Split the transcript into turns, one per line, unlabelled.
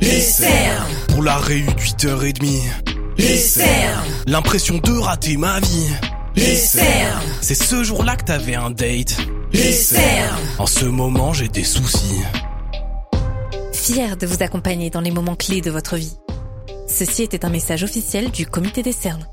Les cerfs
Pour la réu de 8h30.
Les cerfs
L'impression de rater ma vie.
Les cerfs
C'est ce jour-là que t'avais un date.
Les cerfs
En ce moment, j'ai des soucis.
Fier de vous accompagner dans les moments clés de votre vie. Ceci était un message officiel du comité des cernes.